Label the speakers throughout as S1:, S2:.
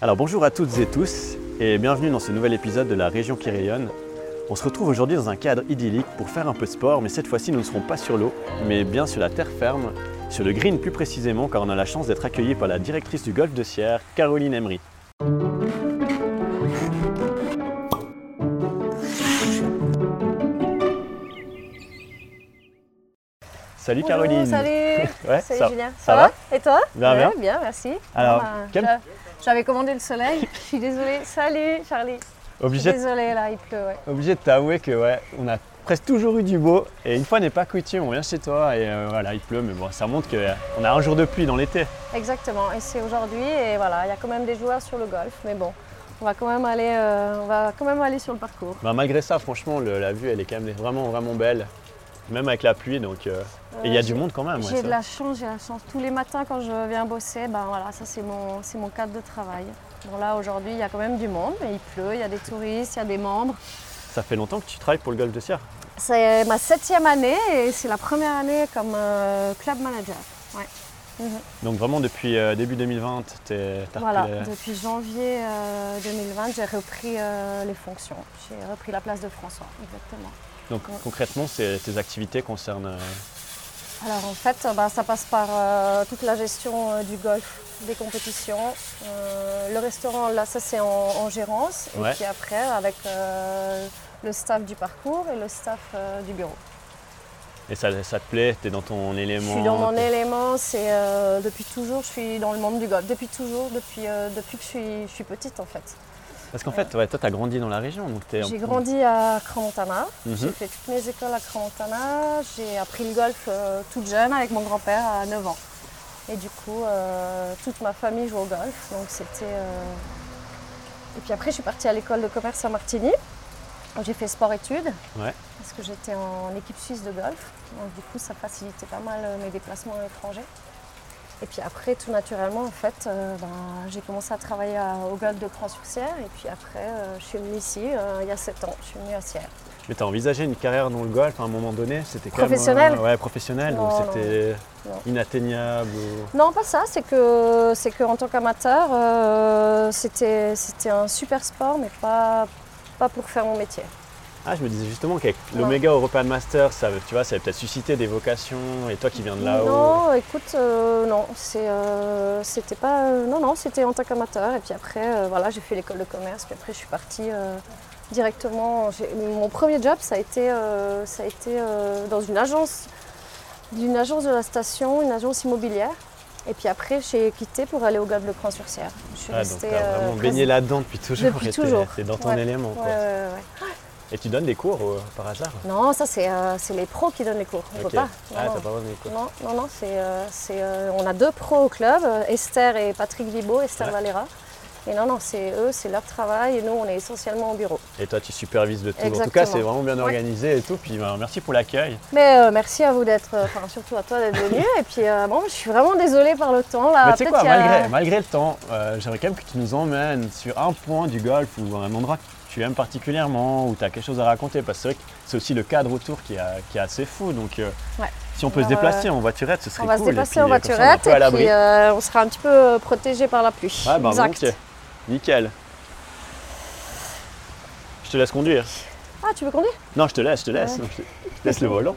S1: Alors bonjour à toutes et tous et bienvenue dans ce nouvel épisode de la Région qui rayonne. On se retrouve aujourd'hui dans un cadre idyllique pour faire un peu de sport, mais cette fois-ci nous ne serons pas sur l'eau, mais bien sur la terre ferme, sur le green plus précisément, car on a la chance d'être accueillis par la directrice du golf de Sierre, Caroline Emery. Salut
S2: Bonjour,
S1: Caroline.
S2: Salut.
S1: Ouais,
S2: salut
S1: ça-
S2: Julien.
S1: ça va
S2: Et toi
S1: Bien, bien.
S2: Ouais, Bien, merci.
S1: Alors,
S2: Bon, bah,
S1: quel-
S2: j'a- J'avais commandé le soleil. Je suis désolée. Salut Charlie. Je suis
S1: Obligé,
S2: désolée là, il pleut. ouais.
S1: obligé de t'avouer que ouais, on a presque toujours eu du beau et une fois n'est pas coutume, on vient chez toi et euh, voilà, il pleut, mais bon, ça montre qu'on a un jour de pluie dans l'été.
S2: Exactement. Et c'est aujourd'hui et voilà, il y a quand même des joueurs sur le golf, mais bon, on va quand même aller, euh, on va quand même aller sur le parcours.
S1: Bah, malgré ça, franchement, le- la vue, elle est quand même vraiment, vraiment belle, même avec la pluie, donc euh, et il y a
S2: Euh,
S1: du monde quand même. ouais,
S2: J'ai
S1: ça.
S2: de la chance, j'ai la chance. Tous les matins quand je viens bosser, ben voilà, ça c'est mon, c'est mon cadre de travail. Bon là aujourd'hui il y a quand même du monde, mais il pleut, il y a des touristes, il y a des membres.
S1: Ça fait longtemps que tu travailles pour le golf de Sierre.
S2: C'est ma septième année et c'est la première année comme euh, club manager.
S1: Donc vraiment depuis euh, début 2020, t'es- t'as
S2: Voilà,
S1: repris les-
S2: depuis janvier euh, 2020, j'ai repris euh, les fonctions. J'ai repris la place de François, exactement.
S1: Donc
S2: Ouais.
S1: concrètement, c'est- tes activités concernent. euh,
S2: Alors en fait, euh, ben, ça passe par euh, toute la gestion euh, du golf, des compétitions. Euh, le restaurant, là, ça c'est en, en gérance.
S1: Ouais.
S2: Et puis après, avec euh, le staff du parcours et le staff euh, du bureau.
S1: et ça, ça te plaît, t'es dans ton élément.
S2: Je suis dans mon
S1: t'es-
S2: élément, c'est euh, depuis toujours, je suis dans le monde du golf. Depuis toujours, depuis, euh, depuis que je suis, je suis petite en fait.
S1: Parce qu'en fait, ouais, toi, t'as grandi dans la région, donc t'es.
S2: J'ai grandi à Cramontana,
S1: Mhm.
S2: j'ai fait toutes mes écoles à Cramontana, j'ai appris le golf euh, toute jeune avec mon grand-père à 9 ans. Et du coup, euh, toute ma famille joue au golf, donc c'était... euh, Et puis après, je suis partie à l'école de commerce à Martigny, où j'ai fait sport-études,
S1: Ouais.
S2: parce que j'étais en équipe suisse de golf, donc du coup, ça facilitait pas mal euh, mes déplacements à l'étranger. Et puis après, tout naturellement, en fait, euh, ben, j'ai commencé à travailler à- au golf de Cran-sur-Serre. Et puis après, euh, je suis venue ici euh, il y a 7 ans. Je suis venue à Sierre.
S1: Mais t'as envisagé une carrière dans le golf à un moment donné C'était quand même,
S2: Professionnel
S1: euh, ouais, professionnel,
S2: Non,
S1: donc
S2: non,
S1: c'était
S2: non.
S1: inatteignable. ou-
S2: Non, pas ça. C'est que, c'est que en tant qu'amateur, euh, c'était, c'était un super sport, mais pas, pas pour faire mon métier.
S1: Ah, je me disais justement qu'avec
S2: Non.
S1: l'Omega European Master, ça, tu vois, ça avait peut-être suscité des vocations. Et toi qui viens de là-haut.
S2: Non, écoute, euh, non, c'est, euh, c'était pas, euh, non, non, c'était en tant qu'amateur. Et puis après, euh, voilà, j'ai fait l'école de commerce. Puis après, je suis partie euh, directement. j'ai- Mon premier job, ça a été, euh, ça a été euh, dans une agence, d'une agence de la station, une agence immobilière. Et puis après, j'ai quitté pour aller au golf de Cran-sur-Serre. Je suis
S1: Ah, donc
S2: restée
S1: t'as vraiment
S2: euh,
S1: baigné là-dedans depuis toujours.
S2: Depuis
S1: et t'es-
S2: toujours.
S1: T'es dans ton
S2: Ouais.
S1: élément. quoi.
S2: Ouais, ouais, ouais.
S1: Et tu donnes des cours euh, par hasard
S2: Non, ça c'est, euh, c'est les pros qui donnent les cours. On
S1: Ok.
S2: peut pas. Non,
S1: Ah,
S2: non.
S1: t'as pas donné des cours.
S2: Non, non, non, c'est, euh, c'est, euh, on a deux pros au club, euh, Esther et Patrick Vibo, Esther
S1: Ouais.
S2: Valera. Et non, non, c'est eux, c'est leur travail et nous, on est essentiellement au bureau.
S1: Et toi, tu supervises le tout. En tout
S2: Exactement.
S1: cas, c'est vraiment bien
S2: Ouais.
S1: organisé et tout. Puis ben, merci pour l'accueil.
S2: Mais euh, merci à vous d'être, euh, enfin surtout à toi d'être venu. et puis euh, bon, je suis vraiment désolée par le temps là.
S1: Mais tu sais
S2: Ah, Peut-être
S1: quoi,
S2: qu'il y a-
S1: malgré, malgré le temps, euh, j'aimerais quand même que tu nous emmènes sur un point du golf ou un endroit que tu aimes particulièrement, où tu as quelque chose à raconter, parce que c'est vrai que c'est aussi le cadre autour qui, est- qui est assez fou. Donc, euh,
S2: Ouais.
S1: si on peut se
S2: Alors, euh,
S1: déplacer en voiturette, ce serait
S2: On va
S1: cool.
S2: se
S1: et
S2: déplacer
S1: puis,
S2: en
S1: euh, comme ça, on est
S2: voiturette
S1: un peu à
S2: et
S1: l'abri.
S2: puis euh, on sera un petit peu euh, protégé par la pluie.
S1: Ah, bah,
S2: Exact.
S1: volontiers. Nickel. Je te laisse conduire.
S2: Ah, tu veux conduire
S1: Non, je te laisse, je te laisse. Je te- je te laisse le volant.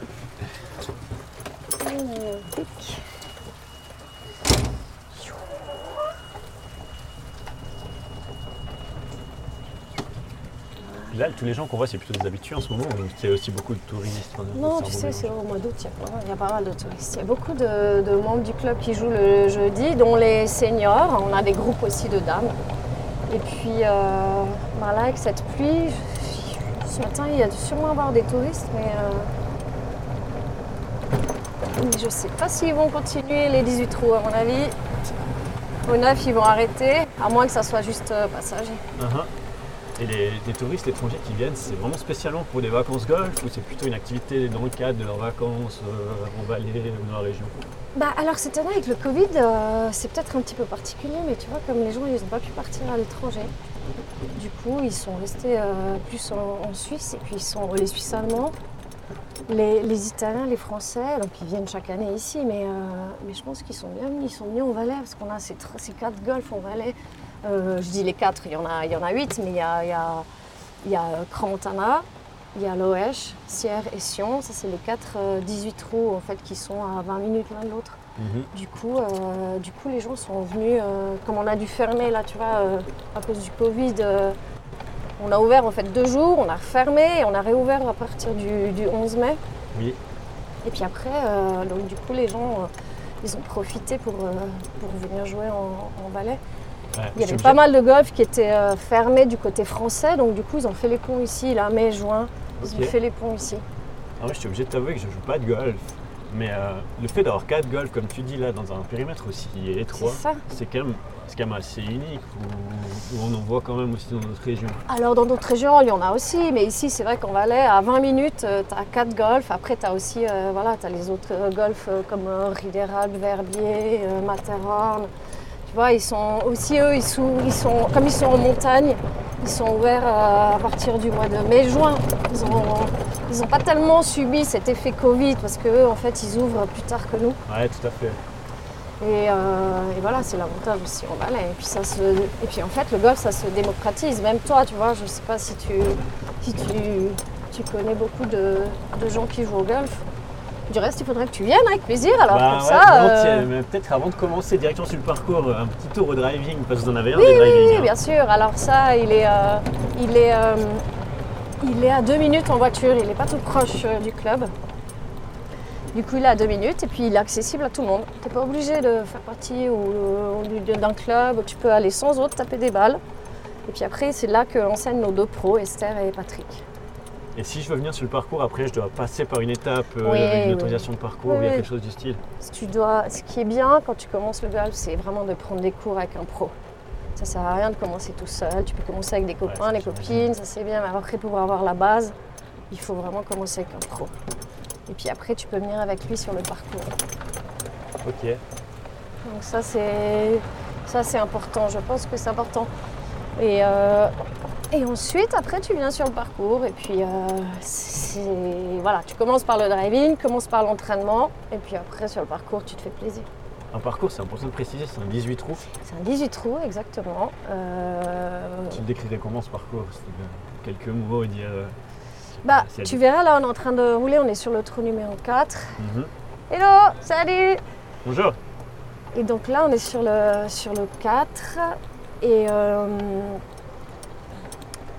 S1: Là, tous les gens qu'on voit, c'est plutôt des habitués en ce moment, ou c'est aussi beaucoup de touristes. hein,
S2: Non,
S1: c'est un
S2: tu
S1: bon
S2: sais,
S1: mélange.
S2: c'est au mois d'août, il y a pas mal- il y, a pas mal de touristes. Il y a beaucoup de, de membres du club qui jouent le jeudi, dont les seniors. On a des groupes aussi de dames. Et puis, euh, bah là, avec cette pluie, je- ce matin, il y a dû sûrement avoir des touristes, mais, euh, mais je sais pas s'ils vont continuer les 18 trous, à mon avis. Au 9, ils vont arrêter, à moins que ça soit juste euh, passager.
S1: Uh-huh. Et les, les touristes étrangers qui viennent, c'est vraiment spécialement pour des vacances golf ou c'est plutôt une activité dans le cadre de leurs vacances euh, en vallée ou dans la région
S2: Bah alors cette année avec le Covid, euh, c'est peut-être un petit peu particulier, mais tu vois comme les gens ils n'ont pas pu partir à l'étranger, du coup ils sont restés euh, plus en, en Suisse et puis ils sont les Suisses allemands, les, les Italiens, les Français, donc ils viennent chaque année ici, mais, euh, mais je pense qu'ils sont bien venus, ils sont venus en Valais parce qu'on a ces, tr- ces quatre golfs en Valais Euh, je dis les quatre, il y en a, il y en a huit, mais il y a, il y a, il y a Crans-Montana, il y a Loèche, Sierre et Sion. Ça, c'est les quatre euh, 18 trous en fait, qui sont à 20 minutes l'un de l'autre.
S1: Mhm.
S2: Du coup, euh, du coup, les gens sont venus, euh, comme on a dû fermer là, tu vois, euh, à cause du Covid, euh, on a ouvert en fait deux jours, on a refermé et on a réouvert à partir du, du 11 mai.
S1: Oui.
S2: Et puis après, euh, donc du coup, les gens, euh, ils ont profité pour, euh, pour venir jouer en, en ballet. Il y avait pas mal de golf qui étaient euh, fermés du côté français, donc du coup, ils ont fait les ponts ici, là, mai, juin, ils ont fait les ponts ici.
S1: Ah ouais, je suis obligé de t'avouer que je joue pas de golf. Mais euh, le fait d'avoir quatre golfs, comme tu dis là, dans un périmètre aussi
S2: C'est
S1: étroit,
S2: ça.
S1: c'est quand, même- c'est quand même assez unique. Où, où on en voit quand même aussi dans notre région.
S2: Alors dans d'autres régions, il y en a aussi, mais ici c'est vrai qu'en Valais, à 20 minutes, tu as 4 golfs. Après, tu as aussi euh, voilà, as les autres euh, golfs euh, comme euh, Rideral, Verbier, euh, Matterhorn. Tu vois, ils sont aussi, eux, ils sont, ils sont, comme ils sont en montagne, ils sont ouverts euh, à partir du mois de mai-juin. Ils n'ont ils ont pas tellement subi cet effet Covid parce qu'eux, en fait, ils ouvrent plus tard que nous.
S1: Ouais, tout à fait.
S2: Et, euh, et voilà, c'est l'avantage aussi en ballet. Et puis, ça se, et puis en fait, le golf, ça se démocratise. Même toi, tu vois, je sais pas si tu, si tu, tu connais beaucoup de, de gens qui jouent au golf. Du reste, il faudrait que tu viennes avec plaisir. Alors
S1: Bah
S2: comme
S1: ouais,
S2: ça,
S1: volontiers,
S2: euh,
S1: mais peut-être avant de commencer direction sur le parcours, euh, un petit tour au driving, parce que vous en avez un
S2: Oui,
S1: des driving. hein.
S2: oui, bien sûr. Alors ça, il est, euh, il est, euh, il est à deux minutes en voiture. Il n'est pas tout proche euh, du club. Du coup, il est à deux minutes et puis il est accessible à tout le monde. Tu n'es pas obligé de faire partie ou, euh, ou du- d'un club. Tu peux aller sans autre taper des balles. Et puis après, c'est là que enseignent nos deux pros, Esther et Patrick.
S1: Et si je veux venir sur le parcours, après je dois passer par une étape, euh,
S2: Oui,
S1: avec une
S2: oui.
S1: autorisation de parcours,
S2: Oui,
S1: il y a
S2: oui.
S1: quelque chose du style.
S2: Si tu dois, ce qui est bien quand tu commences le golf, c'est vraiment de prendre des cours avec un pro. Ça sert à rien de commencer tout seul. Tu peux commencer avec des copains,
S1: ça,
S2: des
S1: j'imagine.
S2: copines, ça c'est bien. Mais après, pour avoir la base, il faut vraiment commencer avec un pro. Et puis après, tu peux venir avec lui sur le parcours.
S1: Ok.
S2: Donc ça c'est ça c'est important, je pense que c'est important. Et, euh, et ensuite après tu viens sur le parcours et puis euh, c'est voilà, tu commences par le driving, commences par l'entraînement et puis après sur le parcours tu te fais plaisir.
S1: Un parcours, c'est important de préciser, c'est un 18 trous.
S2: C'est un 18 trous exactement. Euh,
S1: Tu le décrirais comment ce parcours C'était bien. Quelques mots, dire. euh,
S2: bah
S1: c'est
S2: tu verras là on est en train de rouler, on est sur le trou numéro 4.
S1: Mhm.
S2: Hello, salut
S1: Bonjour
S2: Et donc là, on est sur le, sur le 4. Et. euh,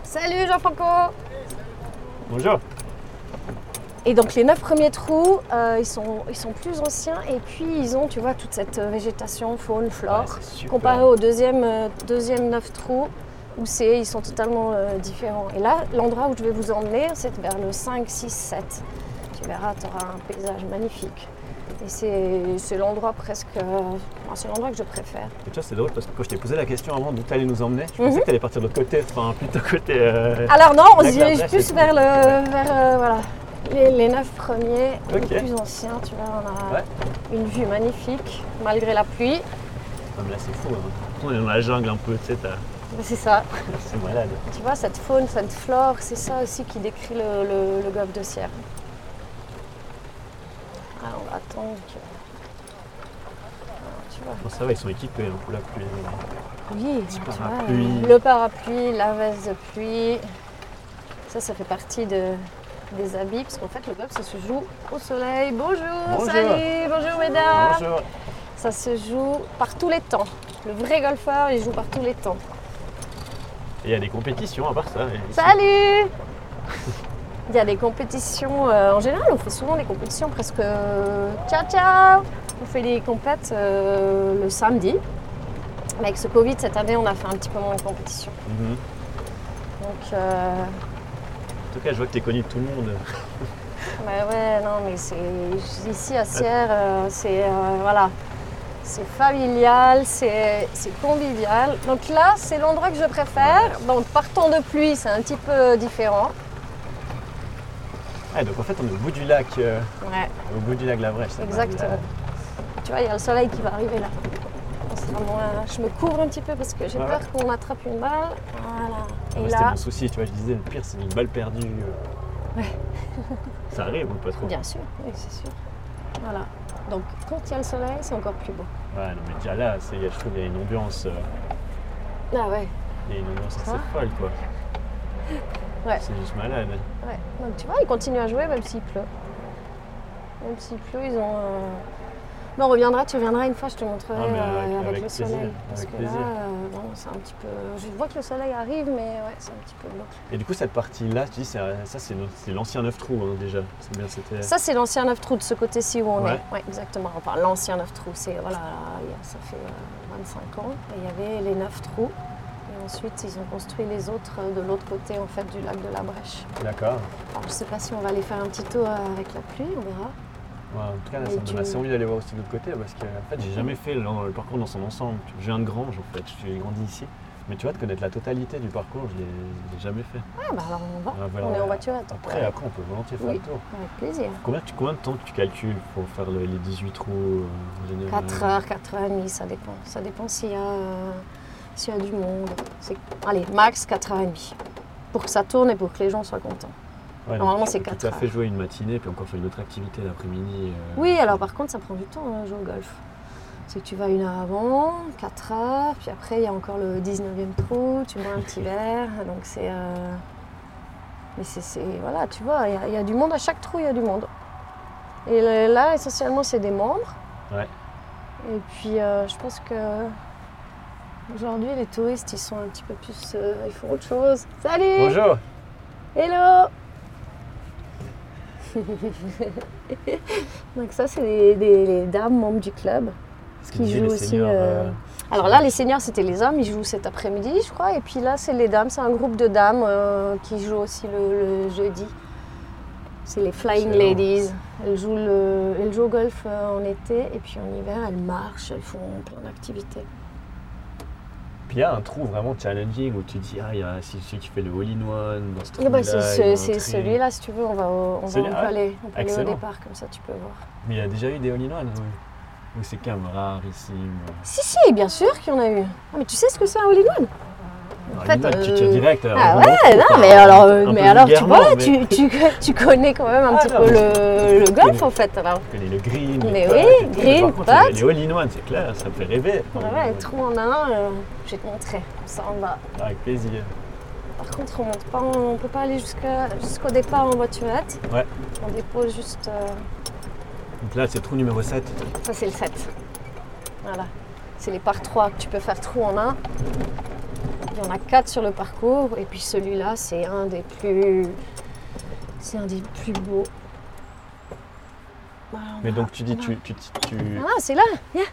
S2: Salut Jean-Franco
S1: Bonjour
S2: Et donc les 9 premiers trous, euh, ils, sont, ils sont plus anciens et puis ils ont, tu vois, toute cette euh, végétation, faune, flore.
S1: Ouais, c'est super.
S2: comparé au deuxième, euh, deuxième 9 trous où c'est, ils sont totalement euh, différents. Et là, l'endroit où je vais vous emmener, c'est vers le 5, 6, 7. Tu verras, tu auras un paysage magnifique. Et c'est c'est l'endroit presque. euh, c'est l'endroit que je préfère.
S1: Et tu vois, c'est drôle parce que quand je t'ai posé la question avant d'où t'allais nous emmener, je
S2: Mhm. Ah.
S1: pensais que t'allais partir de l'autre côté, enfin plutôt côté. euh,
S2: Alors non, on se
S1: D'accord,
S2: dirige
S1: là,
S2: plus
S1: c'est
S2: vers le vers euh, voilà les, les neuf premiers,
S1: Ok.
S2: les plus anciens. Tu vois, on a
S1: Ouais.
S2: une vue magnifique malgré la pluie.
S1: Non, Ah, mais là, c'est fou. hein. On est dans la jungle un peu, tu sais, t'as-
S2: Mais C'est ça.
S1: c'est malade.
S2: Tu vois cette faune, cette flore, c'est ça aussi qui décrit le, le, le golfe de Sierre. Ah, on va attendre. que- Ah, tu vois.
S1: Bon, ça va, ils sont équipés hein, pour la pluie. hein.
S2: Oui,
S1: Petit
S2: tu vois, hein.
S1: parapluie.
S2: le parapluie, la veste de pluie. Ça, ça fait partie de- des habits, parce qu'en fait, le golf, ça se joue au soleil. Bonjour,
S1: Bonjour.
S2: salut, bonjour mesdames.
S1: Bonjour
S2: Ça se joue par tous les temps. Le vrai golfeur, il joue par tous les temps.
S1: Et il y a des compétitions à part ça. et-
S2: Salut Il y a des compétitions, euh, en général on fait souvent des compétitions presque euh, ciao ciao On fait des compètes euh, le samedi. Mais avec ce Covid cette année on a fait un petit peu moins de compétitions.
S1: Mhm.
S2: Donc euh,
S1: En tout cas, je vois que t'es connu de tout le monde.
S2: bah ouais non mais c'est ici à Sierre euh, c'est euh, voilà c'est familial, c'est c'est convivial. Donc là c'est l'endroit que je préfère. Donc par temps de pluie c'est un petit peu différent.
S1: Ah, donc en fait, on est au bout du lac, euh,
S2: Ouais.
S1: au bout du lac Lavrèche. ça m'a-
S2: Exactement. Tu vois, il y a le soleil qui va arriver là. On sera moins- Je me couvre un petit peu parce que j'ai
S1: Ouais.
S2: peur qu'on attrape une balle. Voilà.
S1: Moi, C'était
S2: Et là,
S1: mon souci, tu vois, je disais, le pire, c'est une balle perdue. euh. ça arrive ou pas trop
S2: bien sûr, oui, c'est sûr. Voilà. Donc, quand il y a le soleil, c'est encore plus beau.
S1: Ouais, non, mais déjà là, c'est- je trouve qu'il y a une ambiance euh,
S2: Ah ouais.
S1: Il y a une ambiance
S2: Ça
S1: assez
S2: va
S1: folle, quoi.
S2: Hein Ouais.
S1: C'est juste malade.
S2: Ouais, donc tu vois, ils continuent à jouer même s'il pleut. Même s'il pleut, ils ont. euh, Mais on reviendra, tu reviendras une fois, je te montrerai
S1: Ah, mais
S2: euh,
S1: avec-
S2: avec,
S1: avec
S2: le
S1: plaisir,
S2: soleil. parce
S1: avec
S2: que
S1: plaisir.
S2: là, euh, bon, c'est un petit peu. Je vois que le soleil arrive, mais ouais, c'est un petit peu glauque.
S1: Et du coup, cette partie-là, tu dis, c'est- ça, c'est notre- c'est l'ancien 9 trous, hein, déjà. C'est bien, c'était...
S2: Ça, c'est l'ancien 9 trous de ce côté-ci où on
S1: Ouais.
S2: est. Ouais, exactement. Enfin, l'ancien 9 trous, c'est. Voilà, il y a- ça fait euh, 25 ans. Et il y avait les 9 trous. Et ensuite, ils ont construit les autres euh, de l'autre côté, en fait, du lac de la Brèche.
S1: D'accord.
S2: Alors, je sais pas si on va aller faire un petit tour euh, avec la pluie, on verra.
S1: Ouais, en tout cas, là,
S2: Et
S1: ça me
S2: tu-
S1: donne assez envie d'aller voir aussi de l'autre côté parce que en fait, j'ai jamais fait le, le parcours dans son ensemble. Je viens de Grange en fait, j'ai grandi ici. Mais tu vois, de connaître la totalité du parcours, je l'ai je l'ai jamais fait.
S2: Ah, bah alors, on va.
S1: Ah, voilà.
S2: on est en voiturette.
S1: Après, après, on peut volontiers faire
S2: Oui.
S1: le tour.
S2: Avec plaisir.
S1: Combien, tu- combien de temps tu calcules pour faire le- les 18 trous euh, en général
S2: 4 heures, 4 heures et demie, ça dépend. Ça dépend s'il y a, euh, s'il y a du monde. C'est- Allez, max 4 heures et demie. Pour que ça tourne et pour que les gens soient contents.
S1: Ouais, donc
S2: Normalement,
S1: tu
S2: c'est
S1: peux
S2: quatre
S1: Tout à fait jouer une matinée, puis encore faire une autre activité l'après-midi. euh,
S2: Oui, alors
S1: enfin,
S2: par contre, ça prend du temps, hein, jouer au golf. C'est que tu vas une heure avant, 4 heures, puis après, il y a encore le 19e trou, tu bois un petit verre. Donc c'est. euh, Mais c'est. c'est- Voilà, tu vois, il y a- il y, a du monde, à chaque trou, il y a du monde. Et le- là, essentiellement, c'est des membres.
S1: Ouais.
S2: Et puis, euh, je pense que. Aujourd'hui, les touristes, ils sont un petit peu plus. euh, ils font autre chose. Salut
S1: Bonjour
S2: Hello Donc ça, c'est des, des- les dames membres du club.
S1: Ce
S2: Qui
S1: disaient
S2: joue
S1: les
S2: aussi,
S1: seniors,
S2: euh, Alors là, les seniors, c'était les hommes, ils jouent cet après-midi, je crois. Et puis là, c'est les dames, c'est un groupe de dames euh, qui jouent aussi le, le jeudi. C'est les Flying
S1: Excellent.
S2: Ladies. Elles jouent, le, elles jouent au golf euh, en été et puis en hiver, elles marchent, elles font plein d'activités.
S1: Puis il y a un trou vraiment challenging où tu dis, ah, il y a celui qui fait le all-in-one dans ce
S2: Ah
S1: trou-là.
S2: bah, c'est
S1: il y a un
S2: ce- c'est
S1: tri.
S2: celui-là, si tu veux, on va, au- on va- on
S1: Celui-là,
S2: peut
S1: ouais.
S2: aller, on peut aller au
S1: ah, Excellent.
S2: départ, comme ça tu peux voir.
S1: Mais il y a déjà eu des all-in-one oui. Ou c'est quand même rarissime. euh,
S2: Si, si, bien sûr qu'il y en a eu. Ah, mais tu sais ce que c'est un all-in-one
S1: En
S2: fait,
S1: tu
S2: euh,
S1: tires direct. alors,
S2: Ah
S1: on
S2: ouais,
S1: retrouve,
S2: non,
S1: hein,
S2: mais alors,
S1: un
S2: euh,
S1: peu
S2: mais alors tu,
S1: vulgairement,
S2: voilà,
S1: mais
S2: tu, tu, tu connais quand même un
S1: Ah
S2: petit
S1: non,
S2: peu
S1: mais-
S2: le, le golf en fait. Alors,
S1: on connaît le green.
S2: Mais
S1: les putts
S2: oui,
S1: et tout, mais
S2: green,
S1: par contre, les-
S2: putts.
S1: Les all-in-one, c'est clair, ça me fait rêver.
S2: ouais, trou en un, euh, je vais te montrer. Comme Ça, on va.
S1: Avec plaisir.
S2: Par contre, on monte pas, on peut pas aller jusqu'à- jusqu'au départ en voiturette.
S1: Ouais.
S2: On dépose juste. euh,
S1: Donc là, c'est trou numéro 7.
S2: ça, c'est le 7. Voilà. C'est les par 3 que tu peux faire trou en un. Il y en a 4 sur le parcours. Et puis celui-là, c'est un des plus. C'est un des plus beaux. Voilà, on
S1: Mais
S2: va-
S1: donc tu dis, tu. tu, tu, tu-
S2: Ah, c'est là Viens.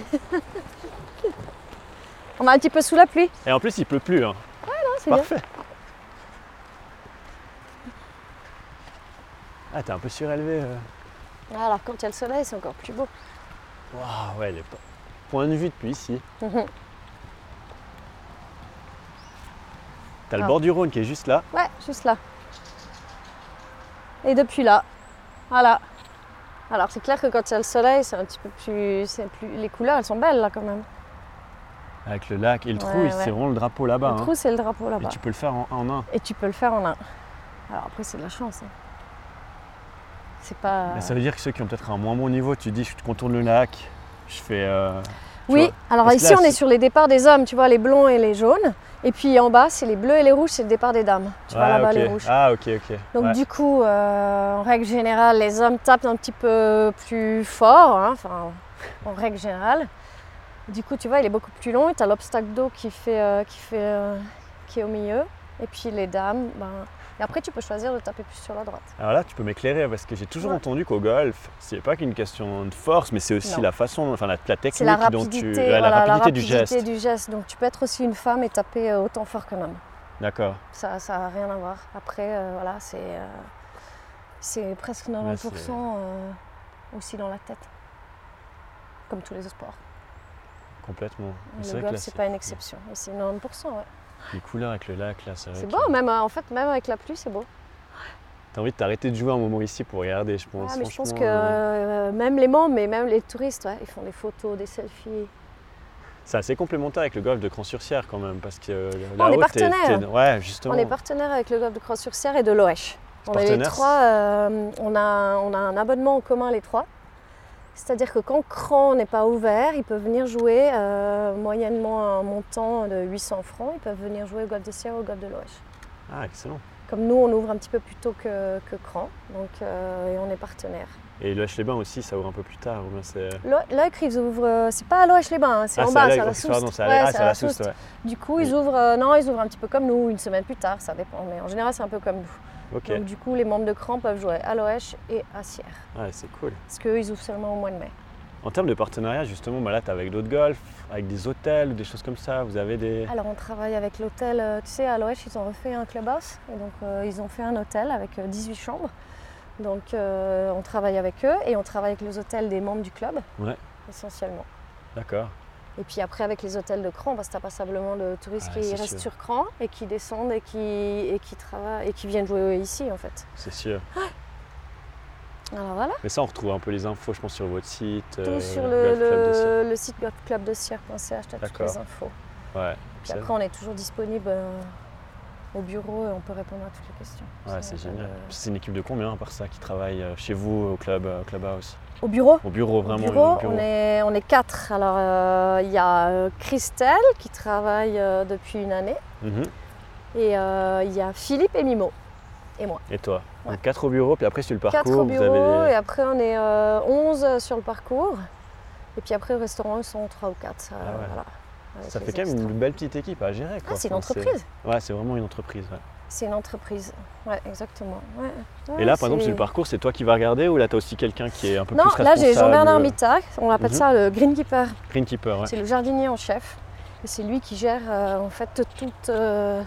S2: On va un petit peu sous la pluie.
S1: Et en plus, il pleut plus. Hein.
S2: Ah, c'est bien.
S1: Parfait. Ah, t'es un peu surélevé. euh.
S2: Ah, Alors, quand il y a le soleil, c'est encore plus beau.
S1: Waouh, ouais, les po- points de vue depuis ici.
S2: Mhm.
S1: T'as le
S2: Ah.
S1: bord du Rhône qui est juste là.
S2: Ouais, juste là. Et depuis là. Voilà. Alors, c'est clair que quand il y a le soleil, c'est un petit peu plus, c'est plus. Les couleurs, elles sont belles là quand même.
S1: Avec le lac et le trou,
S2: Ouais,
S1: c'est
S2: ouais.
S1: vraiment le drapeau là-bas.
S2: le
S1: hein.
S2: trou, c'est Bah le drapeau
S1: Et
S2: là-bas.
S1: tu peux le faire en, en un.
S2: Et, tu peux le faire en un. Alors, après, c'est de la chance. hein. C'est pas.
S1: Mais ça veut dire que ceux qui ont peut-être un moins bon niveau, tu dis je contourne le lac, je fais. euh, tu
S2: Oui,
S1: vois.
S2: alors
S1: Parce que
S2: ici
S1: là,
S2: on est
S1: c'est-
S2: sur les départs des hommes, tu vois, les blonds et les jaunes. Et puis en bas, c'est les bleus et les rouges, c'est le départ des dames. Tu vois
S1: Ouais,
S2: là-bas
S1: ok.
S2: les rouges.
S1: Ah, ok, ok.
S2: Donc
S1: Ouais.
S2: du coup, euh, en règle générale, les hommes tapent un petit peu plus fort, hein, enfin en règle générale. Du coup, tu vois, il est beaucoup plus long et tu as l'obstacle d'eau qui, fait, euh, qui, fait, euh, qui est au milieu. Et puis les dames, ben... et après tu peux choisir de taper plus sur la droite.
S1: Alors là, tu peux m'éclairer parce que j'ai toujours
S2: Ouais.
S1: entendu qu'au golf, c'est pas qu'une question de force, mais c'est aussi
S2: Non.
S1: la façon, enfin la, la technique
S2: C'est la
S1: dont
S2: rapidité,
S1: tu.
S2: voilà,
S1: la, rapidité
S2: la
S1: du
S2: rapidité
S1: geste.
S2: du geste. Donc tu peux être aussi une femme et taper euh, autant fort qu'un homme.
S1: D'accord.
S2: Ça n'a rien à voir. Après, euh, voilà, c'est euh, c'est presque 90%
S1: c'est-
S2: euh, aussi dans la tête. Comme tous les autres sports.
S1: Complètement. Mais
S2: Le
S1: que là,
S2: golf, c'est pas une exception. Et c'est 90%, ouais.
S1: Les couleurs avec le lac, là, c'est vrai.
S2: C'est
S1: que-
S2: beau, même, euh, en fait, même avec la pluie, c'est beau.
S1: T'as envie de t'arrêter de jouer un moment ici pour regarder, je pense.
S2: Ah, mais je pense
S1: franchement,
S2: que
S1: euh,
S2: euh, même les membres, mais même les touristes, ouais, ils font des photos, des selfies.
S1: C'est assez complémentaire avec le golf de Cran-sur-Sière quand même, parce que euh,
S2: on est
S1: là-haut, t'es-
S2: partenaires.
S1: t'es- Ouais, justement.
S2: On est partenaire avec le golf de Croix-sur-Serre et de l'OH. On est les
S1: Partenaires.
S2: trois, euh, on, a, on a un abonnement en commun les trois. C'est-à-dire que quand Cran n'est pas ouvert, ils peuvent venir jouer euh, moyennement un montant de 800 francs. Ils peuvent venir jouer au golf de Sierra ou au golf de l'Oèche.
S1: Ah, excellent.
S2: Comme nous, on ouvre un petit peu plus tôt que, que Cran, donc, euh, et on est partenaire.
S1: Et le les bains aussi, ça ouvre un peu plus tard. ou bien c'est- euh,
S2: L'Oèche, ils ouvrent, euh, c'est pas à l'Oèche les bains, hein, c'est
S1: Ah,
S2: en
S1: c'est à
S2: bas,
S1: la-
S2: c'est à la
S1: oh, pardon,
S2: Souste.
S1: c'est à
S2: Ouais,
S1: la- ah,
S2: c'est
S1: c'est
S2: à la
S1: Souste,
S2: Souste.
S1: ouais. Mm.
S2: Du coup, ils ouvrent, euh, non, ils ouvrent un petit peu comme nous, une semaine plus tard, ça dépend, mais en général, c'est un peu comme nous.
S1: Ok.
S2: Donc, du coup, les membres de Cran peuvent jouer à l'Oèche et à Sierre,
S1: Ah, c'est cool.
S2: parce qu'ils ouvrent seulement au mois de mai.
S1: En termes de partenariat, justement, bah là, tu avec d'autres golf, avec des hôtels, ou des choses comme ça. Vous avez des.
S2: Alors on travaille avec l'hôtel, euh, tu sais, à l'Oèche, ils ont refait un clubhouse. Et donc euh, ils ont fait un hôtel avec euh, 18 chambres. Donc euh, on travaille avec eux et on travaille avec les hôtels des membres du club,
S1: Ouais.
S2: essentiellement.
S1: D'accord.
S2: Et puis après avec les hôtels de Cran, parce que t'as pas simplement de touristes
S1: Ouais,
S2: qui
S1: c'est
S2: restent
S1: sûr.
S2: sur Cran et qui descendent et qui, et qui travaillent et qui viennent jouer ici en fait.
S1: C'est sûr.
S2: Alors voilà,
S1: Mais ça, on retrouve un peu les infos, je pense, sur votre site. euh,
S2: tout sur le,
S1: Golf Club de Sierre.
S2: le- le site golfclubdesierre.ch, t'as toutes les
S1: D'accord.
S2: infos.
S1: Ouais,
S2: Puis
S1: c'est
S2: après on est toujours disponible euh, au bureau et on peut répondre à toutes les questions.
S1: ouais,
S2: Ça, euh,
S1: c'est
S2: y a pas
S1: génial.
S2: de-
S1: Puis C'est une équipe de combien, à part ça, qui travaille euh, chez vous, au club, euh, au clubhouse
S2: Au bureau
S1: Au bureau, vraiment.
S2: Au bureau,
S1: au bureau.
S2: On, est, on est quatre. Alors, euh, il y a euh, Christelle qui travaille euh, depuis une année
S1: Mhm.
S2: et euh, il y a Philippe et Mimo.
S1: Et toi
S2: Ouais.
S1: Donc, 4 au bureau, puis après, sur le parcours,
S2: quatre au
S1: vous
S2: bureau
S1: avez.
S2: et après on est euh, 11 sur le parcours. Et puis après au restaurant, ils sont trois ou quatre. euh,
S1: Ah ouais.
S2: voilà, avec
S1: Ça
S2: les
S1: fait quand même
S2: extras.
S1: une euh. belle petite équipe à gérer. Quoi.
S2: Ah, c'est une
S1: Enfin,
S2: entreprise.
S1: Ouais, c'est vraiment une entreprise. ouais.
S2: C'est une entreprise. Ouais, exactement. Ouais. Ouais,
S1: Et là, par exemple,
S2: c'est-
S1: sur le parcours, c'est toi qui vas regarder ou là, t'as aussi quelqu'un qui est un peu
S2: Non,
S1: plus responsable
S2: là j'ai Jean-Bernard
S1: euh,
S2: Mittag, on appelle
S1: Mhm.
S2: ça le greenkeeper.
S1: Greenkeeper, ouais.
S2: C'est le jardinier en chef. Et c'est lui qui gère euh, en fait tout, euh,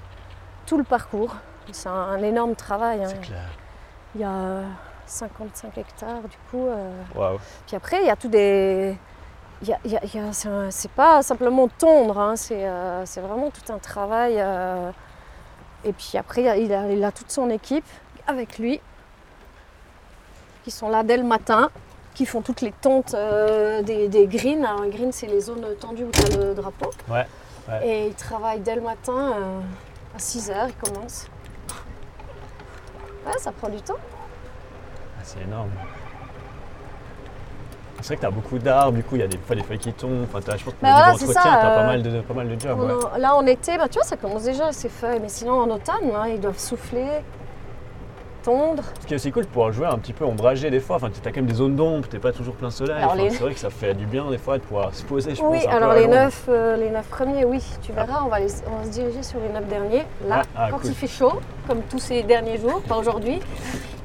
S2: tout le parcours. C'est un, un énorme travail. hein.
S1: C'est clair.
S2: Il y a euh, 55 hectares du coup. euh.
S1: Waouh.
S2: Puis après, il y a tout des. il y a- il y a- il y a- c'est un- c'est pas simplement tondre, hein, c'est euh, c'est vraiment tout un travail. euh. Et puis après, il y a- il a, il a toute son équipe avec lui qui sont là dès le matin, qui font toutes les tentes euh, des, des greens. Alors, un green, c'est les zones tendues où tu as le drapeau.
S1: Ouais, ouais.
S2: Et ils travaillent dès le matin euh, à 6 h, ils commencent. Ouais, ça prend du temps.
S1: Ah, c'est énorme. C'est vrai que t'as beaucoup d'arbres, du coup, il y a des fois des feuilles qui tombent. Enfin, t'as- je pense que
S2: Bah voilà,
S1: niveau
S2: c'est
S1: entretien,
S2: ça,
S1: t'as
S2: euh,
S1: pas mal de, pas mal de jobs.
S2: On
S1: Ah ouais.
S2: en- là en été, bah, tu vois, ça commence déjà ces feuilles, mais sinon en automne, hein, ils doivent souffler, tondre.
S1: Ce qui est aussi cool, de pouvoir jouer un petit peu ombragé des fois. Enfin, t'as quand même des zones d'ombre, t'es pas toujours plein soleil.
S2: Alors,
S1: Enfin,
S2: les-
S1: C'est vrai que ça fait du bien des fois de pouvoir se poser, je
S2: oui,
S1: pense. un peu
S2: alors
S1: à
S2: les
S1: l'ombre.
S2: neuf, euh, les neuf premiers, oui, tu verras, on, va les- on va se diriger sur les neuf derniers. Là,
S1: Ah, ah,
S2: quand
S1: cool.
S2: il fait chaud, comme tous ces derniers jours, pas aujourd'hui,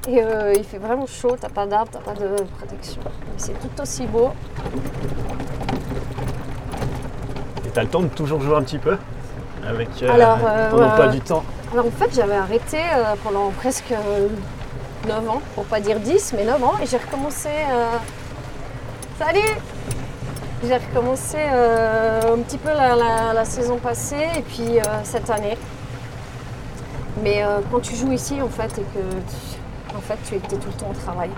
S2: et euh, il fait vraiment chaud, t'as pas d'arbre, t'as pas de protection. Mais C'est tout aussi beau.
S1: Et t'as le temps de toujours jouer un petit peu avec euh,
S2: Alors, euh,
S1: ton emploi
S2: ouais.
S1: du temps.
S2: Alors en fait, j'avais arrêté euh, pendant presque euh, 9 ans, pour pas dire 10, mais 9 ans, et j'ai recommencé. euh, Salut J'ai recommencé euh, un petit peu la, la- la saison passée et puis euh, cette année. Mais euh, quand tu joues ici en fait et que tu, en fait, tu es t'es tout le temps au travail.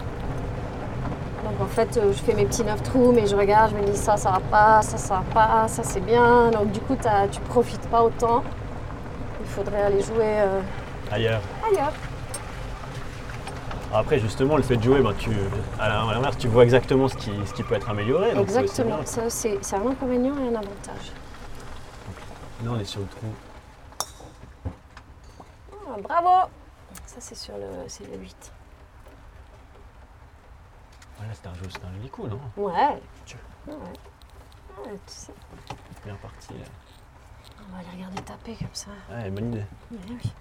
S2: Donc en fait, euh, je fais mes petits neuf trous, mais je regarde, je me dis ça, ça va pas, ça, ça va pas, ça c'est bien. Donc du coup, t'as- tu profites pas autant. Il faudrait aller jouer euh,
S1: Ailleurs.
S2: ailleurs.
S1: Après, justement, le fait de jouer, ben, tu, à la- à l'inverse, tu vois exactement ce qui, ce qui peut être amélioré. donc c'est aussi
S2: Exactement.
S1: bien.
S2: Ça, c'est c'est un inconvénient et un avantage.
S1: Là, on est sur le trou.
S2: Ah, bravo Ça, c'est sur le, c'est le 8.
S1: Voilà, c'était un jeu, c'était un joli coup, non
S2: Ouais.
S1: Tiens.
S2: Ouais. Ouais, tu sais.
S1: Bien parti. là.
S2: On va les regarder taper comme ça.
S1: Ouais, bonne idée.
S2: Ouais, oui.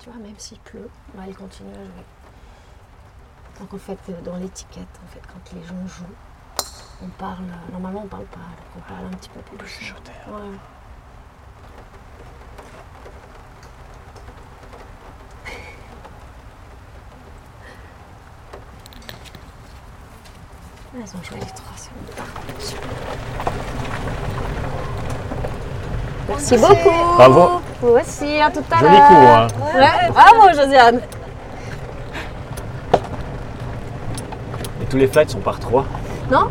S2: Tu vois, même s'il pleut, bah, il continue à jouer. Donc en fait, euh, dans l'étiquette, en fait, quand les gens jouent, on parle. euh, Normalement, on parle pas. Donc on parle un petit peu plus.
S1: Le
S2: doucement.
S1: chuchoteur.
S2: Ouais. Elles ont joué les trois secondes. Merci beaucoup.
S1: Bravo.
S2: Vous aussi, à tout à l'heure.
S1: Joli coup, hein.
S2: Ouais, bravo Josiane.
S1: Et tous les flights sont par trois.
S2: Non,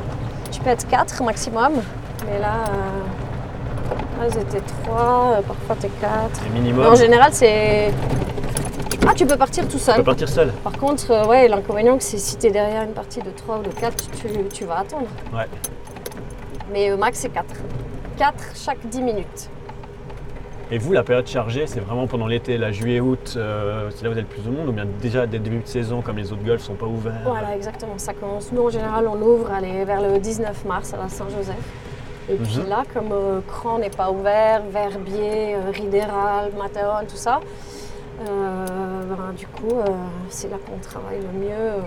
S2: tu peux être 4 maximum. Mais là, euh, là, elles étaient 3, euh, parfois t'es 4.
S1: C'est minimum.
S2: en général, c'est Ah, tu peux partir tout
S1: On peut
S2: seul.
S1: partir seul.
S2: Par contre, euh, ouais, l'inconvénient, c'est si tu es derrière une partie de 3 ou de 4, tu, tu vas attendre.
S1: Ouais.
S2: Mais au max, c'est 4. 4 chaque 10 minutes.
S1: Et vous, la période chargée, c'est vraiment pendant l'été, là, juillet, août, euh, c'est là où vous avez le plus de monde, ou bien déjà dès le début de saison, comme les autres golfs sont pas ouverts
S2: Voilà, exactement. Ça commence. Nous, en général, on ouvre allez, vers le 19 mars à la Saint-Joseph. Et puis
S1: Mhm.
S2: là, comme euh, Cran n'est pas ouvert, Verbier, euh, Ridéral, Matheron, tout ça, euh, ben, du coup, euh, c'est là qu'on travaille le mieux. euh,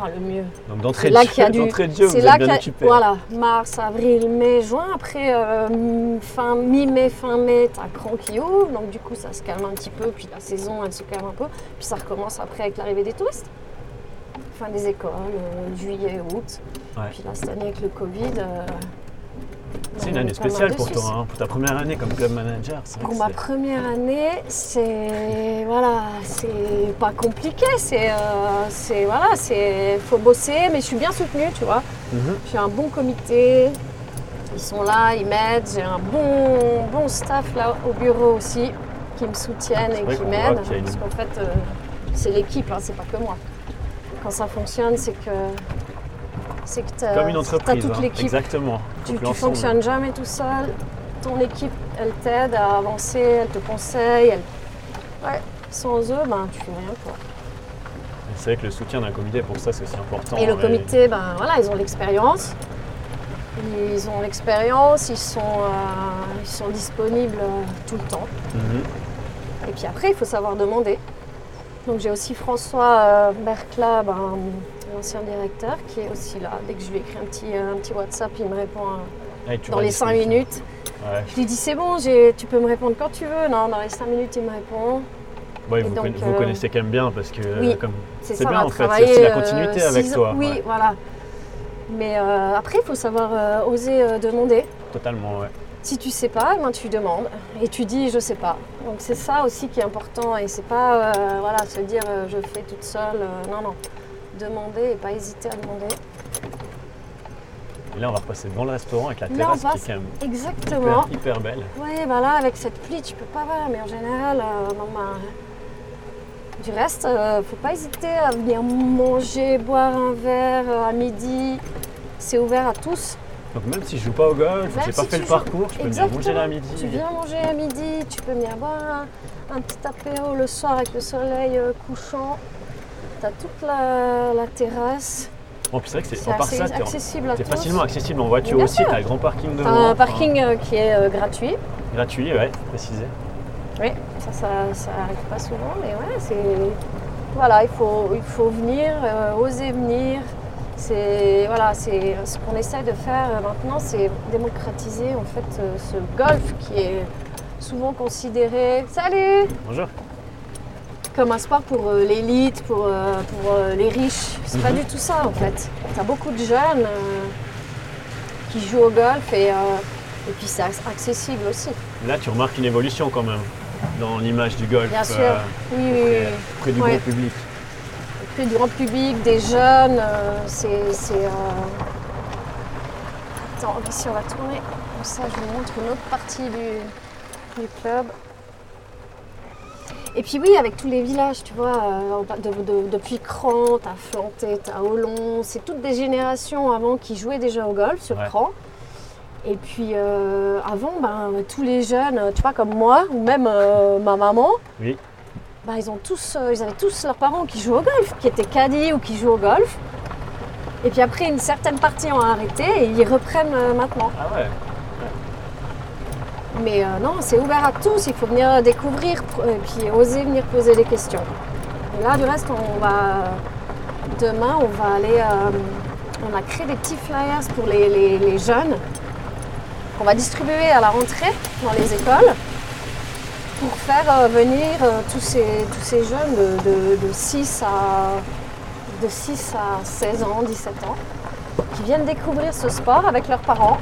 S2: Enfin, le mieux.
S1: Donc d'entrée
S2: C'est
S1: de,
S2: là qu'il y a
S1: jeu-
S2: du.
S1: d'entrée de jeu, vous
S2: c'est
S1: êtes
S2: là
S1: bien
S2: qu'il y a-
S1: occupé.
S2: Voilà, mars, avril, mai, juin. Après, euh, fin mi-mai, fin mai, t'as Cran qui ouvre. Donc, du coup, ça se calme un petit peu. Puis la saison, elle se calme un peu. Puis ça recommence après avec l'arrivée des touristes. Fin des écoles, euh, juillet, août.
S1: Ouais.
S2: Puis là, cette année, avec le Covid. euh,
S1: C'est
S2: on
S1: une
S2: est
S1: année
S2: pas mal
S1: spéciale
S2: de
S1: pour
S2: soucis.
S1: toi, hein, pour ta première année comme club manager. c'est vrai
S2: Pour
S1: que
S2: ma
S1: c'est-
S2: première année, c'est voilà, c'est pas compliqué, c'est euh, c'est voilà, c'est faut bosser, mais je suis bien soutenue, tu vois.
S1: Mhm.
S2: J'ai un bon comité, ils sont là, ils m'aident, j'ai un bon bon staff là au bureau aussi qui me soutiennent
S1: C'est
S2: et
S1: vrai
S2: qui
S1: qu'on voit
S2: m'aident,
S1: qu'il y a une-
S2: parce qu'en fait euh, c'est l'équipe, hein, c'est pas que moi. Quand ça fonctionne, c'est que Euh, c'est que t'as
S1: Comme une
S2: t'as
S1: entreprise,
S2: toute
S1: hein,
S2: l'équipe
S1: exactement.
S2: tu,
S1: Donc
S2: tu
S1: l'ensemble-
S2: fonctionnes jamais tout seul. Ton équipe, elle t'aide à avancer, elle te conseille. Elle... Ouais, sans eux, ben, tu fais rien. Quoi.
S1: C'est vrai que le soutien d'un comité, pour ça, c'est aussi important.
S2: Et le comité, ben, voilà, ils ont l'expérience. Ils ont l'expérience, ils, sont, euh, ils sont disponibles euh, tout le temps.
S1: Mhm.
S2: Et puis après, il faut savoir demander. Donc j'ai aussi François euh, Bercla, ben, l'ancien directeur, qui est aussi là. Dès que je lui écris un petit, euh, un petit WhatsApp, il me répond euh,
S1: Ouais, tu
S2: dans
S1: vois,
S2: les
S1: il-
S2: 5 minutes.
S1: Ouais.
S2: Je lui dis c'est bon, j'ai- tu peux me répondre quand tu veux. Non, dans les 5 minutes, il me répond.
S1: Ouais,
S2: Et
S1: vous,
S2: donc,
S1: conna- vous
S2: euh,
S1: connaissez quand même bien parce que euh,
S2: oui.
S1: comme
S2: C'est
S1: C'est
S2: ça,
S1: bien,
S2: on
S1: en
S2: a
S1: fait, c'est
S2: travaillé.
S1: aussi la continuité
S2: six
S1: avec
S2: ans.
S1: toi,
S2: Oui,
S1: ouais.
S2: voilà. Mais euh, après, il faut savoir euh, oser euh, demander.
S1: totalement, ouais.
S2: Si tu sais pas, eh ben, tu demandes et tu dis je sais pas. Donc c'est ça aussi qui est important et c'est pas euh, voilà, se dire euh, je fais toute seule. euh, non, non. Demander et pas hésiter à demander.
S1: Et là, on va repasser devant le restaurant avec la
S2: Là, on
S1: terrasse qui
S2: passe
S1: est quand même
S2: Exactement.
S1: hyper, hyper belle.
S2: Ouais, bah là, avec cette pluie, tu peux pas voir, mais en général, euh, non, bah, du reste, euh, faut pas hésiter à venir manger, boire un verre euh, à midi. C'est ouvert à tous.
S1: Donc même si je joue pas au golf, ou
S2: Même
S1: j'ai pas
S2: si
S1: fait
S2: tu
S1: le
S2: joues-
S1: parcours, je peux venir manger
S2: Exactement.
S1: là à midi.
S2: Tu viens manger à midi, tu peux venir boire un, un petit apéro le soir avec le soleil euh, couchant. T'as toute la, la terrasse.
S1: Bon, puis c'est vrai que c'est
S2: C'est
S1: en part
S2: assez
S1: ça, t'es en-
S2: accessible à
S1: t'es
S2: tous.
S1: facilement accessible en voiture
S2: Bien
S1: aussi.
S2: sûr.
S1: T'as un grand parking
S2: T'as
S1: devant.
S2: un
S1: enfin,
S2: parking euh, qui est euh, gratuit.
S1: gratuit, ouais, précisé.
S2: Oui, ça, ça, ça arrive pas souvent, mais ouais, c'est. Voilà, il faut, il faut venir, euh, oser venir. C'est voilà, c'est ce qu'on essaie de faire euh, maintenant, c'est démocratiser en fait euh, ce golf qui est souvent considéré, salut,
S1: Bonjour.
S2: comme un sport pour euh, l'élite, pour, euh, pour euh, les riches. C'est pas
S1: Mhm.
S2: du tout ça en fait. T'as beaucoup de jeunes euh, qui jouent au golf et, euh, et puis c'est accessible aussi.
S1: Là, tu remarques une évolution quand même dans l'image du golf euh,
S2: Bien sûr. Oui, oui, oui.
S1: auprès, auprès du
S2: Ouais.
S1: grand public.
S2: Plus du grand public, des jeunes, euh, c'est. c'est, euh, Attends, ici on va tourner. Comme ça, je vous montre une autre partie du, du club. Et puis oui, avec tous les villages, tu vois, euh, on passe de- de- depuis Cran, t'as Flanté, t'as Hollon, c'est toutes des générations avant qui jouaient déjà au golf sur
S1: Ouais.
S2: Cran. Et puis euh, avant, ben, tous les jeunes, tu vois, comme moi, ou même euh, ma maman,
S1: Oui.
S2: ben, ils, ont tous, euh, ils avaient tous leurs parents qui jouaient au golf, qui étaient caddies ou qui jouent au golf. Et puis après, une certaine partie ont arrêté et ils reprennent euh, maintenant.
S1: Ah ouais.
S2: Mais euh, non, c'est ouvert à tous, il faut venir découvrir pr- et puis oser venir poser des questions. Et là, du reste, on va. Demain, on va aller. euh, on a créé des petits flyers pour les, les- les jeunes qu'on va distribuer à la rentrée dans les écoles pour faire euh, venir euh, tous, ces, tous ces jeunes de, de- de 6 à, de 6 à 16 ans, 17 ans, qui viennent découvrir ce sport avec leurs parents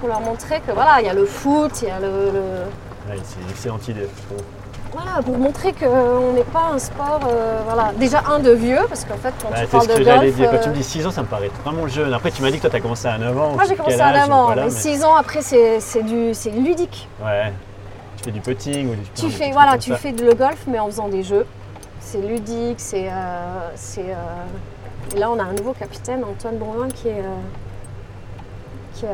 S2: pour leur montrer que voilà, il y a le foot, il y a le. le-
S1: Ouais, Ah, c'est une excellente idée. Bah, je trouve.
S2: Voilà, pour montrer qu'on n'est pas un sport. euh, voilà, déjà un de vieux, parce qu'en fait, quand
S1: Bah,
S2: tu
S1: c'est ce
S2: parles
S1: que
S2: de
S1: j'allais
S2: golf.
S1: dire. Quand
S2: euh,
S1: tu me dis 6 ans, ça me paraît vraiment jeune. Après, tu m'as dit que toi, tu as commencé à 9 ans.
S2: Moi, j'ai
S1: Quel
S2: commencé à
S1: âge,
S2: 9 ans,
S1: voilà,
S2: mais 6 ans après, c'est c'est du- c'est ludique.
S1: Ouais. Tu fais du putting ou du
S2: Tu fais, voilà, tu fais de le golf, mais en faisant des jeux. C'est ludique, c'est. euh, c'est, euh, Et là, on a un nouveau capitaine, Antoine Bourgoin, qui est. euh, qui a,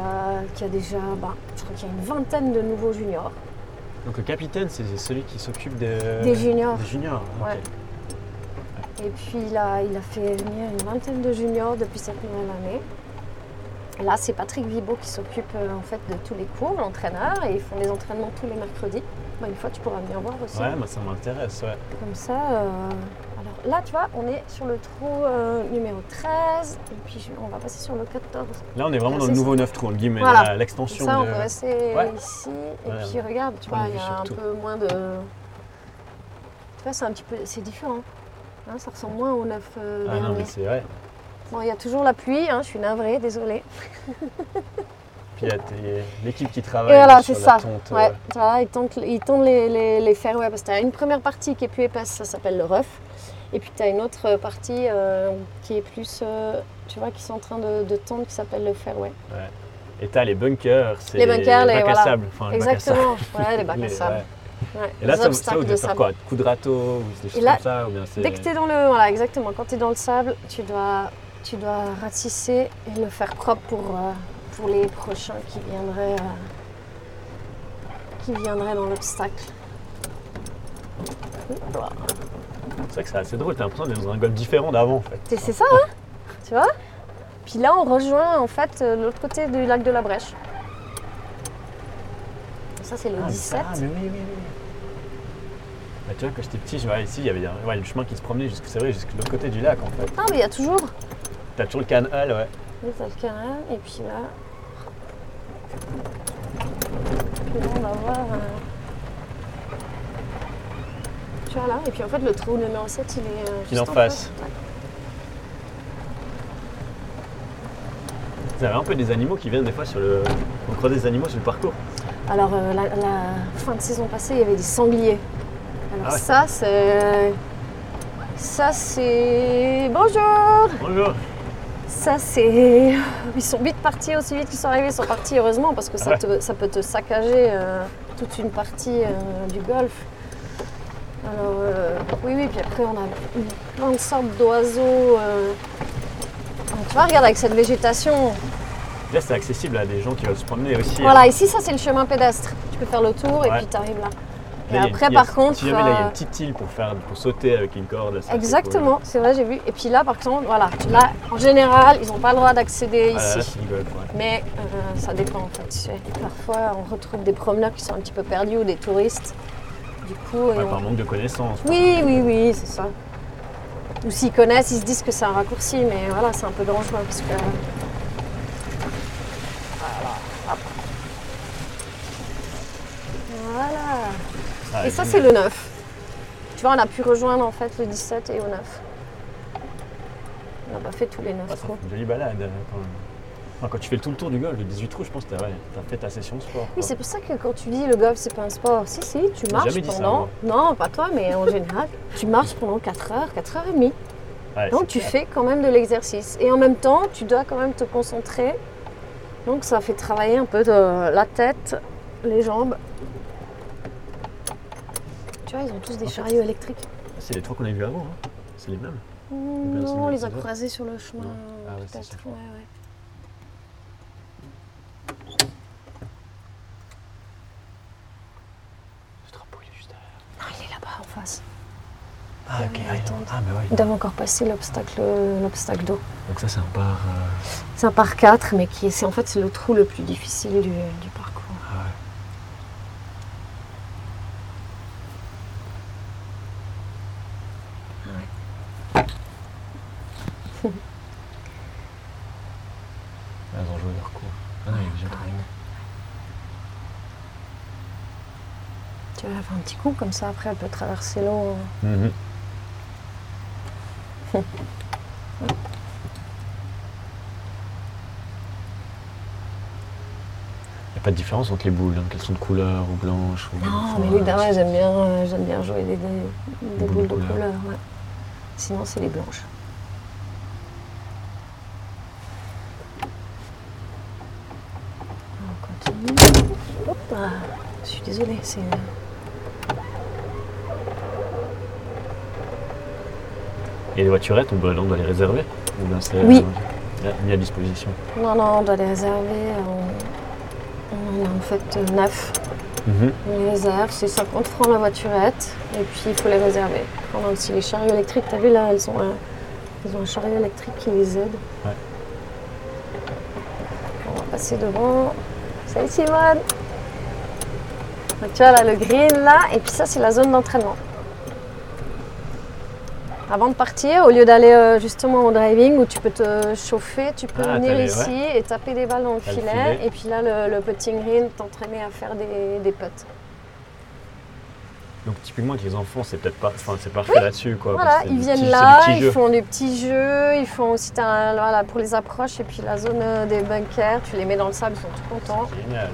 S2: qui a déjà, bah, je crois qu'il y a une vingtaine de nouveaux juniors.
S1: Donc le capitaine, c'est celui qui s'occupe des...
S2: Des juniors.
S1: Des juniors, ok.
S2: Ouais. Et puis il a, il a fait venir une vingtaine de juniors depuis cette nouvelle année. Et Là, c'est Patrick Vibo qui s'occupe euh, en fait de tous les cours, l'entraîneur, et ils font des entraînements tous les mercredis. Bah, une fois, tu pourras venir voir aussi.
S1: Ouais, moi bah, ça m'intéresse, ouais.
S2: Comme ça, euh, alors là, tu vois, on est sur le trou euh, numéro 13, et puis je- on va passer sur le 14.
S1: Là, on est vraiment
S2: Là,
S1: dans
S2: c'est
S1: le nouveau neuf trous, entre guillemets,
S2: Voilà.
S1: la-
S2: Comme
S1: l'extension
S2: ça, on
S1: de...
S2: peut rester
S1: Ouais.
S2: ici, et
S1: Ouais,
S2: puis regarde, tu
S1: On
S2: vois,
S1: est
S2: il y a un
S1: surtout.
S2: peu moins de. Tu vois, c'est un petit peu. C'est différent. Hein, ça ressemble moins au 9 euh,
S1: Ah non,
S2: dernier.
S1: mais c'est vrai.
S2: Bon, il y a toujours la pluie, hein, je suis navrée, désolée.
S1: Puis il y a tes- l'équipe qui travaille
S2: voilà,
S1: sur
S2: c'est
S1: la
S2: ça.
S1: tonte,
S2: Ouais,
S1: euh,
S2: tu vois, ils tendent, ils tendent les, les, les fairways parce que tu as une première partie qui est plus épaisse, ça s'appelle le rough. Et puis tu as une autre partie euh, qui est plus, euh, tu vois, qui sont en train de, de tendre qui s'appelle le fairway.
S1: Et t'as les bunkers, c'est
S2: Les bunkers, les-
S1: bacs à
S2: voilà.
S1: sable. Enfin, Ah, les bacs à sable.
S2: Exactement, ouais, les bacs
S1: Les-
S2: à sable.
S1: ouais.
S2: Ouais,
S1: Et là, ça,
S2: les
S1: ça, vous
S2: obstacles
S1: devez
S2: de
S1: faire
S2: sable.
S1: quoi Coup de râteau ou des choses
S2: là,
S1: comme ça ou bien c'est-
S2: Dès que tu es dans le. Voilà, exactement, quand tu es dans le sable, tu dois, tu dois ratisser et le faire propre pour, euh, pour les prochains qui viendraient, euh, qui viendraient dans l'obstacle. Voilà.
S1: C'est vrai que c'est assez drôle, t'as l'impression d'être dans un golf différent d'avant en fait.
S2: C'est- C'est ça, hein Tu vois Puis là, on rejoint en fait euh, l'autre côté du lac de la Brèche. Ça, c'est le
S1: Ah, mais
S2: 17.
S1: ça, mais oui, oui, oui. Bah, tu vois, quand j'étais petit, je vois ici, il y avait un- ouais, le chemin qui se promenait jusque, c'est vrai, jusque de l'autre côté du lac en fait.
S2: Ah, mais il y a toujours
S1: T'as toujours le canal, ouais.
S2: Là, t'as le canal, et puis là. Puis là, on va voir. euh, Tu vois là, et puis en fait, le trou numéro 7, il est. euh,
S1: Il est
S2: juste
S1: en face.
S2: Ouais.
S1: Vous avez un peu des animaux qui viennent des fois sur le. On croise des animaux sur le parcours.
S2: Alors, euh, la, la fin de saison passée, il y avait des sangliers. Alors,
S1: Ah ouais.
S2: ça, c'est. Ça, c'est. Bonjour
S1: Bonjour
S2: Ça, c'est. Ils sont vite partis, aussi vite qu'ils sont arrivés, ils sont partis, heureusement, parce que ça,
S1: Ouais.
S2: te- ça peut te saccager euh, toute une partie euh, du golf. Alors, euh, oui, oui, puis après, on a plein de sortes d'oiseaux. euh. Donc, tu vois, regarde avec cette végétation.
S1: Là, c'est accessible à des gens qui veulent se promener aussi. hein.
S2: Voilà, ici, ça, c'est le chemin pédestre. Tu peux faire le tour et
S1: Ouais.
S2: puis tu arrives là.
S1: Là, il y a
S2: et
S1: une-
S2: après,
S1: il y a-
S2: par contre.
S1: Si jamais là, il y a
S2: euh,
S1: une petite île pour, faire, pour sauter avec une corde. là, ça, c'est cool.
S2: Exactement, c'est vrai, j'ai vu. Et puis là, par exemple, voilà, là, en général, ils n'ont pas le droit d'accéder
S1: Ah là, là,
S2: ici.
S1: c'est du golf, ouais.
S2: Mais euh, ça dépend en fait. tu sais. Parfois, on retrouve des promeneurs qui sont un petit peu perdus ou des touristes. Du coup, et
S1: Ouais,
S2: on-
S1: par manque de connaissances.
S2: oui, oui, oui, c'est ça. Ou s'ils connaissent, ils se disent que c'est un raccourci, mais voilà, c'est un peu dangereux parce que. Voilà, hop. Voilà.
S1: Ah,
S2: Et ça, c'est
S1: génial.
S2: le 9. Tu vois, on a pu rejoindre en fait le 17 et au 9. On n'a pas fait tous les 9
S1: Ah, ça
S2: trous.
S1: fait une jolie balade. euh, Quand, même. Enfin, quand tu fais le tout le tour du golf, le 18 trous, je pense que t'as ouais, t'as fait ta session sport.
S2: Oui,
S1: quoi.
S2: c'est pour ça que quand tu dis le golf, c'est pas un sport. Si, si, tu marches
S1: jamais dit ça,
S2: pendant. non, pas toi, mais en général, tu marches pendant 4 heures, 4 heures et demie.
S1: Ouais,
S2: Donc
S1: c'est
S2: tu
S1: clair.
S2: fais quand même de l'exercice. Et en même temps, tu dois quand même te concentrer. Donc ça fait travailler un peu de la tête, les jambes. Tu vois, ils ont tous des
S1: En fait,
S2: chariots électriques.
S1: C'est les trois qu'on a vus avant. hein. C'est les mêmes.
S2: Hmm,
S1: bien, c'est
S2: non, on
S1: bien,
S2: les
S1: c'est
S2: a
S1: bien.
S2: croisés sur le chemin.
S1: Non. Ah ouais, c'est
S2: peut-être.
S1: ça.
S2: Ouais, ouais.
S1: Le drapeau, il est juste derrière.
S2: Ah, il est là-bas en face.
S1: Ah, ok.
S2: oui,
S1: ah, il est-
S2: attends.
S1: ah, mais ouais.
S2: Ils doivent encore passer l'obstacle l'obstacle d'eau.
S1: Donc ça, c'est un bar. euh,
S2: C'est un par 4, mais qui est, c'est- en fait c'est le trou le plus difficile du, du parcours.
S1: Elles ont joué leur coup. Ah non, il est déjà trop bien.
S2: Tu vas faire un petit coup comme ça, après elle peut traverser l'eau.
S1: Mhm. Il n'y a pas de différence entre les boules, hein, qu'elles sont de couleur ou blanches ou.
S2: Non,
S1: enfin,
S2: mais lui
S1: euh,
S2: derrière j'aime bien, euh, j'aime bien jouer des, des- des
S1: Boules
S2: boules
S1: de
S2: de
S1: couleur.
S2: couleur. ouais. Sinon c'est les blanches. On continue. Hop, ah, je suis désolée, c'est.
S1: Et les voiturettes, on doit, on doit les réserver Ou bien c'est
S2: Oui.
S1: euh, mis à disposition
S2: Non, non, on doit les réserver. euh, On, on en a en fait euh, neuf.
S1: Mhm.
S2: On les réserve, c'est 50 francs la voiturette. Et puis il faut les réserver. Quand même, si les chariots électriques, t'as vu là, elles ont un, elles ont un chariot électrique qui les aide.
S1: Ouais.
S2: On va passer devant. Salut Simone Donc tu vois là le green là, et puis ça c'est la zone d'entraînement. Avant de partir, au lieu d'aller euh, justement au driving où tu peux te chauffer, tu peux
S1: Ah,
S2: venir
S1: t'allais,
S2: ici et taper des balles dans le
S1: T'as le
S2: filet,
S1: filet.
S2: Et puis là, le, le petit green, t'entraîner à faire des, des putts.
S1: Donc typiquement avec les enfants, c'est peut-être pas, enfin c'est parfait là-dessus quoi.
S2: Voilà,
S1: parce que c'est
S2: ils
S1: des
S2: viennent
S1: petits-
S2: là,
S1: c'est des petits
S2: ils
S1: jeux.
S2: font des petits jeux, ils font aussi t'as un- voilà, pour les approches et puis la zone euh, des bunkers, tu les mets dans le sable, ils sont tout contents.
S1: Génial.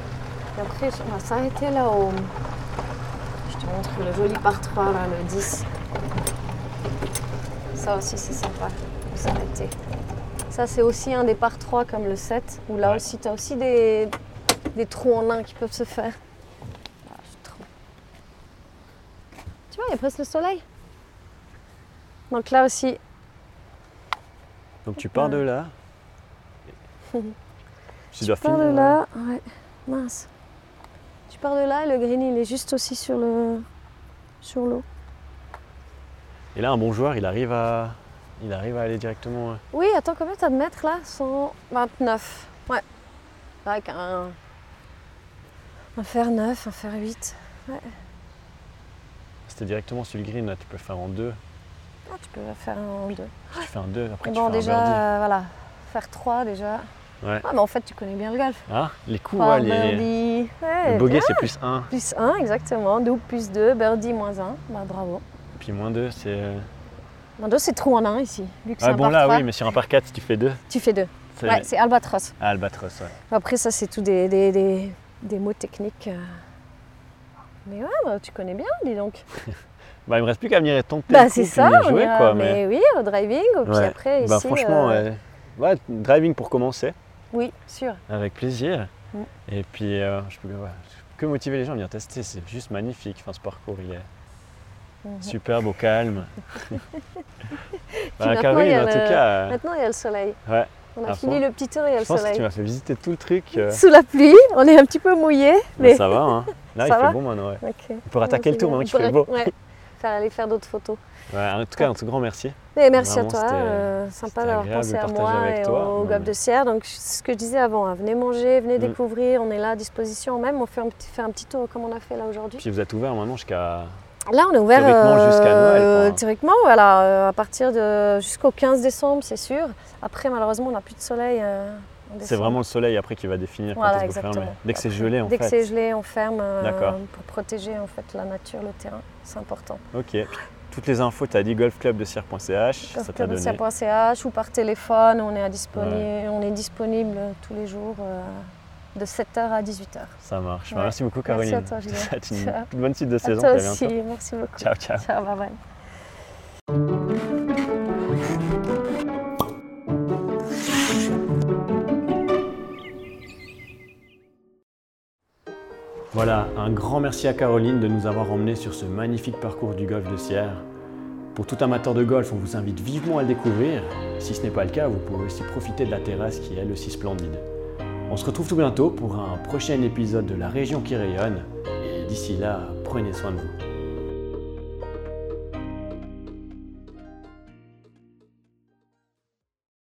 S2: Et après, on va s'arrêter là au. Je te montre le joli par 3, là, le 10. Ça aussi, c'est sympa de s'arrêter. Ça, c'est aussi un des par 3 comme le 7, où là
S1: Ouais.
S2: aussi, tu as aussi des, des trous en un qui peuvent se faire. Ah, c'est trop- Tu vois, il y a presque le soleil. Donc là aussi,
S1: Donc tu pars de là. tu dois
S2: je pars
S1: finir,
S2: de là. Ouais, mince. Tu pars de là et le green, il est juste aussi sur le sur l'eau.
S1: Et là un bon joueur, il arrive à, il arrive à aller directement. euh,
S2: Oui, attends, combien t'as de mètres là 129. Ouais. Avec un. Un fer 9, un fer 8.
S1: C'était directement sur le green. Là, tu peux faire en deux.
S2: Ah, tu peux faire un 2.
S1: Tu fais un deux. Après tu
S2: Bon,
S1: fais
S2: déjà,
S1: un birdie.
S2: euh, voilà. Faire 3 déjà.
S1: Ouais.
S2: Ah, mais en fait, tu connais bien le golf.
S1: Ah, les coups,
S2: Trois
S1: ouais, les-
S2: birdie.
S1: le
S2: Ouais,
S1: bogey c'est plus 1,
S2: Plus 1, exactement. Double plus 2, birdie moins 1. Bah, bravo.
S1: puis moins 2 c'est... euh,
S2: Non, deux, c'est trou en 1 ici. Vu que c'est
S1: Ah
S2: un
S1: bon
S2: par
S1: là
S2: trois,
S1: oui, mais sur un par 4 si tu fais 2,
S2: Tu fais 2.
S1: c'est
S2: Ouais, c'est Albatros.
S1: Ah, albatros. Ouais.
S2: Après, ça, c'est tout des, des, des- des mots techniques. euh. Mais ouais, bah, tu connais bien, dis donc.
S1: Bah il me reste plus qu'à venir et tenter le
S2: Bah
S1: coup,
S2: c'est
S1: puis
S2: ça,
S1: venir
S2: on
S1: jouer,
S2: ira,
S1: quoi, mais...
S2: mais... oui, au driving, puis
S1: Ouais.
S2: après ici.
S1: Bah franchement,
S2: euh,
S1: ouais. Ouais, driving pour commencer,
S2: Oui, sûr.
S1: avec plaisir.
S2: Mm.
S1: Et puis, euh, je, peux, ouais, je peux que motiver les gens à venir tester, c'est juste magnifique. Enfin, ce parcours, il est
S2: Mhm.
S1: superbe, au calme.
S2: maintenant,
S1: bah,
S2: il y
S1: Caroline,
S2: a
S1: en
S2: le-
S1: tout cas, euh,
S2: Maintenant il y a le soleil.
S1: ouais,
S2: On a
S1: À
S2: fini
S1: fond.
S2: le petit tour et il y a le
S1: je pense que
S2: soleil.
S1: tu m'as fait visiter tout le truc. euh,
S2: Sous la pluie, on est un petit peu mouillé,
S1: bah,
S2: mais.
S1: ça va, hein. Là,
S2: Ça
S1: il
S2: va hein,
S1: fait bon maintenant, ouais.
S2: Ok.
S1: On peut attaquer le tour maintenant
S2: On
S1: hein, qu'il fait
S2: pourrait-
S1: beau.
S2: Ouais. Faire aller faire d'autres photos.
S1: Ouais, en tout cas, un tout grand merci.
S2: Mais merci
S1: Vraiment,
S2: à toi,
S1: c'était-
S2: euh, sympa
S1: c'était
S2: d'avoir
S1: agréable
S2: pensé
S1: de
S2: à
S1: partager
S2: moi
S1: avec
S2: et
S1: toi.
S2: au
S1: Non,
S2: Gap
S1: mais-
S2: de Sierre. Donc je- ce que je disais avant, hein, venez manger, venez
S1: Mm.
S2: découvrir, on est là à disposition. Même on fait un petit, fait un petit tour comme on a fait là aujourd'hui.
S1: Puis vous êtes ouvert maintenant jusqu'à.
S2: Là, on est ouvert
S1: Théoriquement,
S2: euh,
S1: jusqu'à Noël, quoi, hein.
S2: Théoriquement, voilà, euh, à partir de jusqu'au 15 décembre, c'est sûr. Après, malheureusement, on n'a plus de soleil. euh, en
S1: C'est
S2: décembre.
S1: vraiment le soleil après qui va définir quand
S2: Voilà,
S1: est-ce que vous fermez.
S2: exactement.
S1: Dès que c'est gelé, en
S2: Dès que
S1: fait.
S2: c'est gelé, on ferme euh,
S1: D'accord.
S2: pour protéger en fait la nature, le terrain. C'est important.
S1: Ok. Toutes les infos, tu as dit golfclubdecir.ch, ça t'a donné.
S2: Golfclubdecir.ch ou par téléphone, on est, à disponi- on est disponible tous les jours euh, de 7h à 18h.
S1: Ça marche. Bah,
S2: Ouais.
S1: Merci beaucoup,
S2: Merci
S1: Caroline.
S2: à toi, Julien.
S1: Je te souhaite
S2: Ciao.
S1: une toute bonne suite de
S2: À
S1: saison.
S2: toi
S1: puis à
S2: aussi,
S1: bientôt.
S2: merci beaucoup.
S1: Ciao, ciao.
S2: Ciao, bye bye.
S1: Voilà, un grand merci à Caroline de nous avoir emmenés sur ce magnifique parcours du golf de Sierre. Pour tout amateur de golf, on vous invite vivement à le découvrir. Si ce n'est pas le cas, vous pouvez aussi profiter de la terrasse qui est elle aussi splendide. On se retrouve tout bientôt pour un prochain épisode de La Région qui rayonne. Et d'ici là, prenez soin de vous.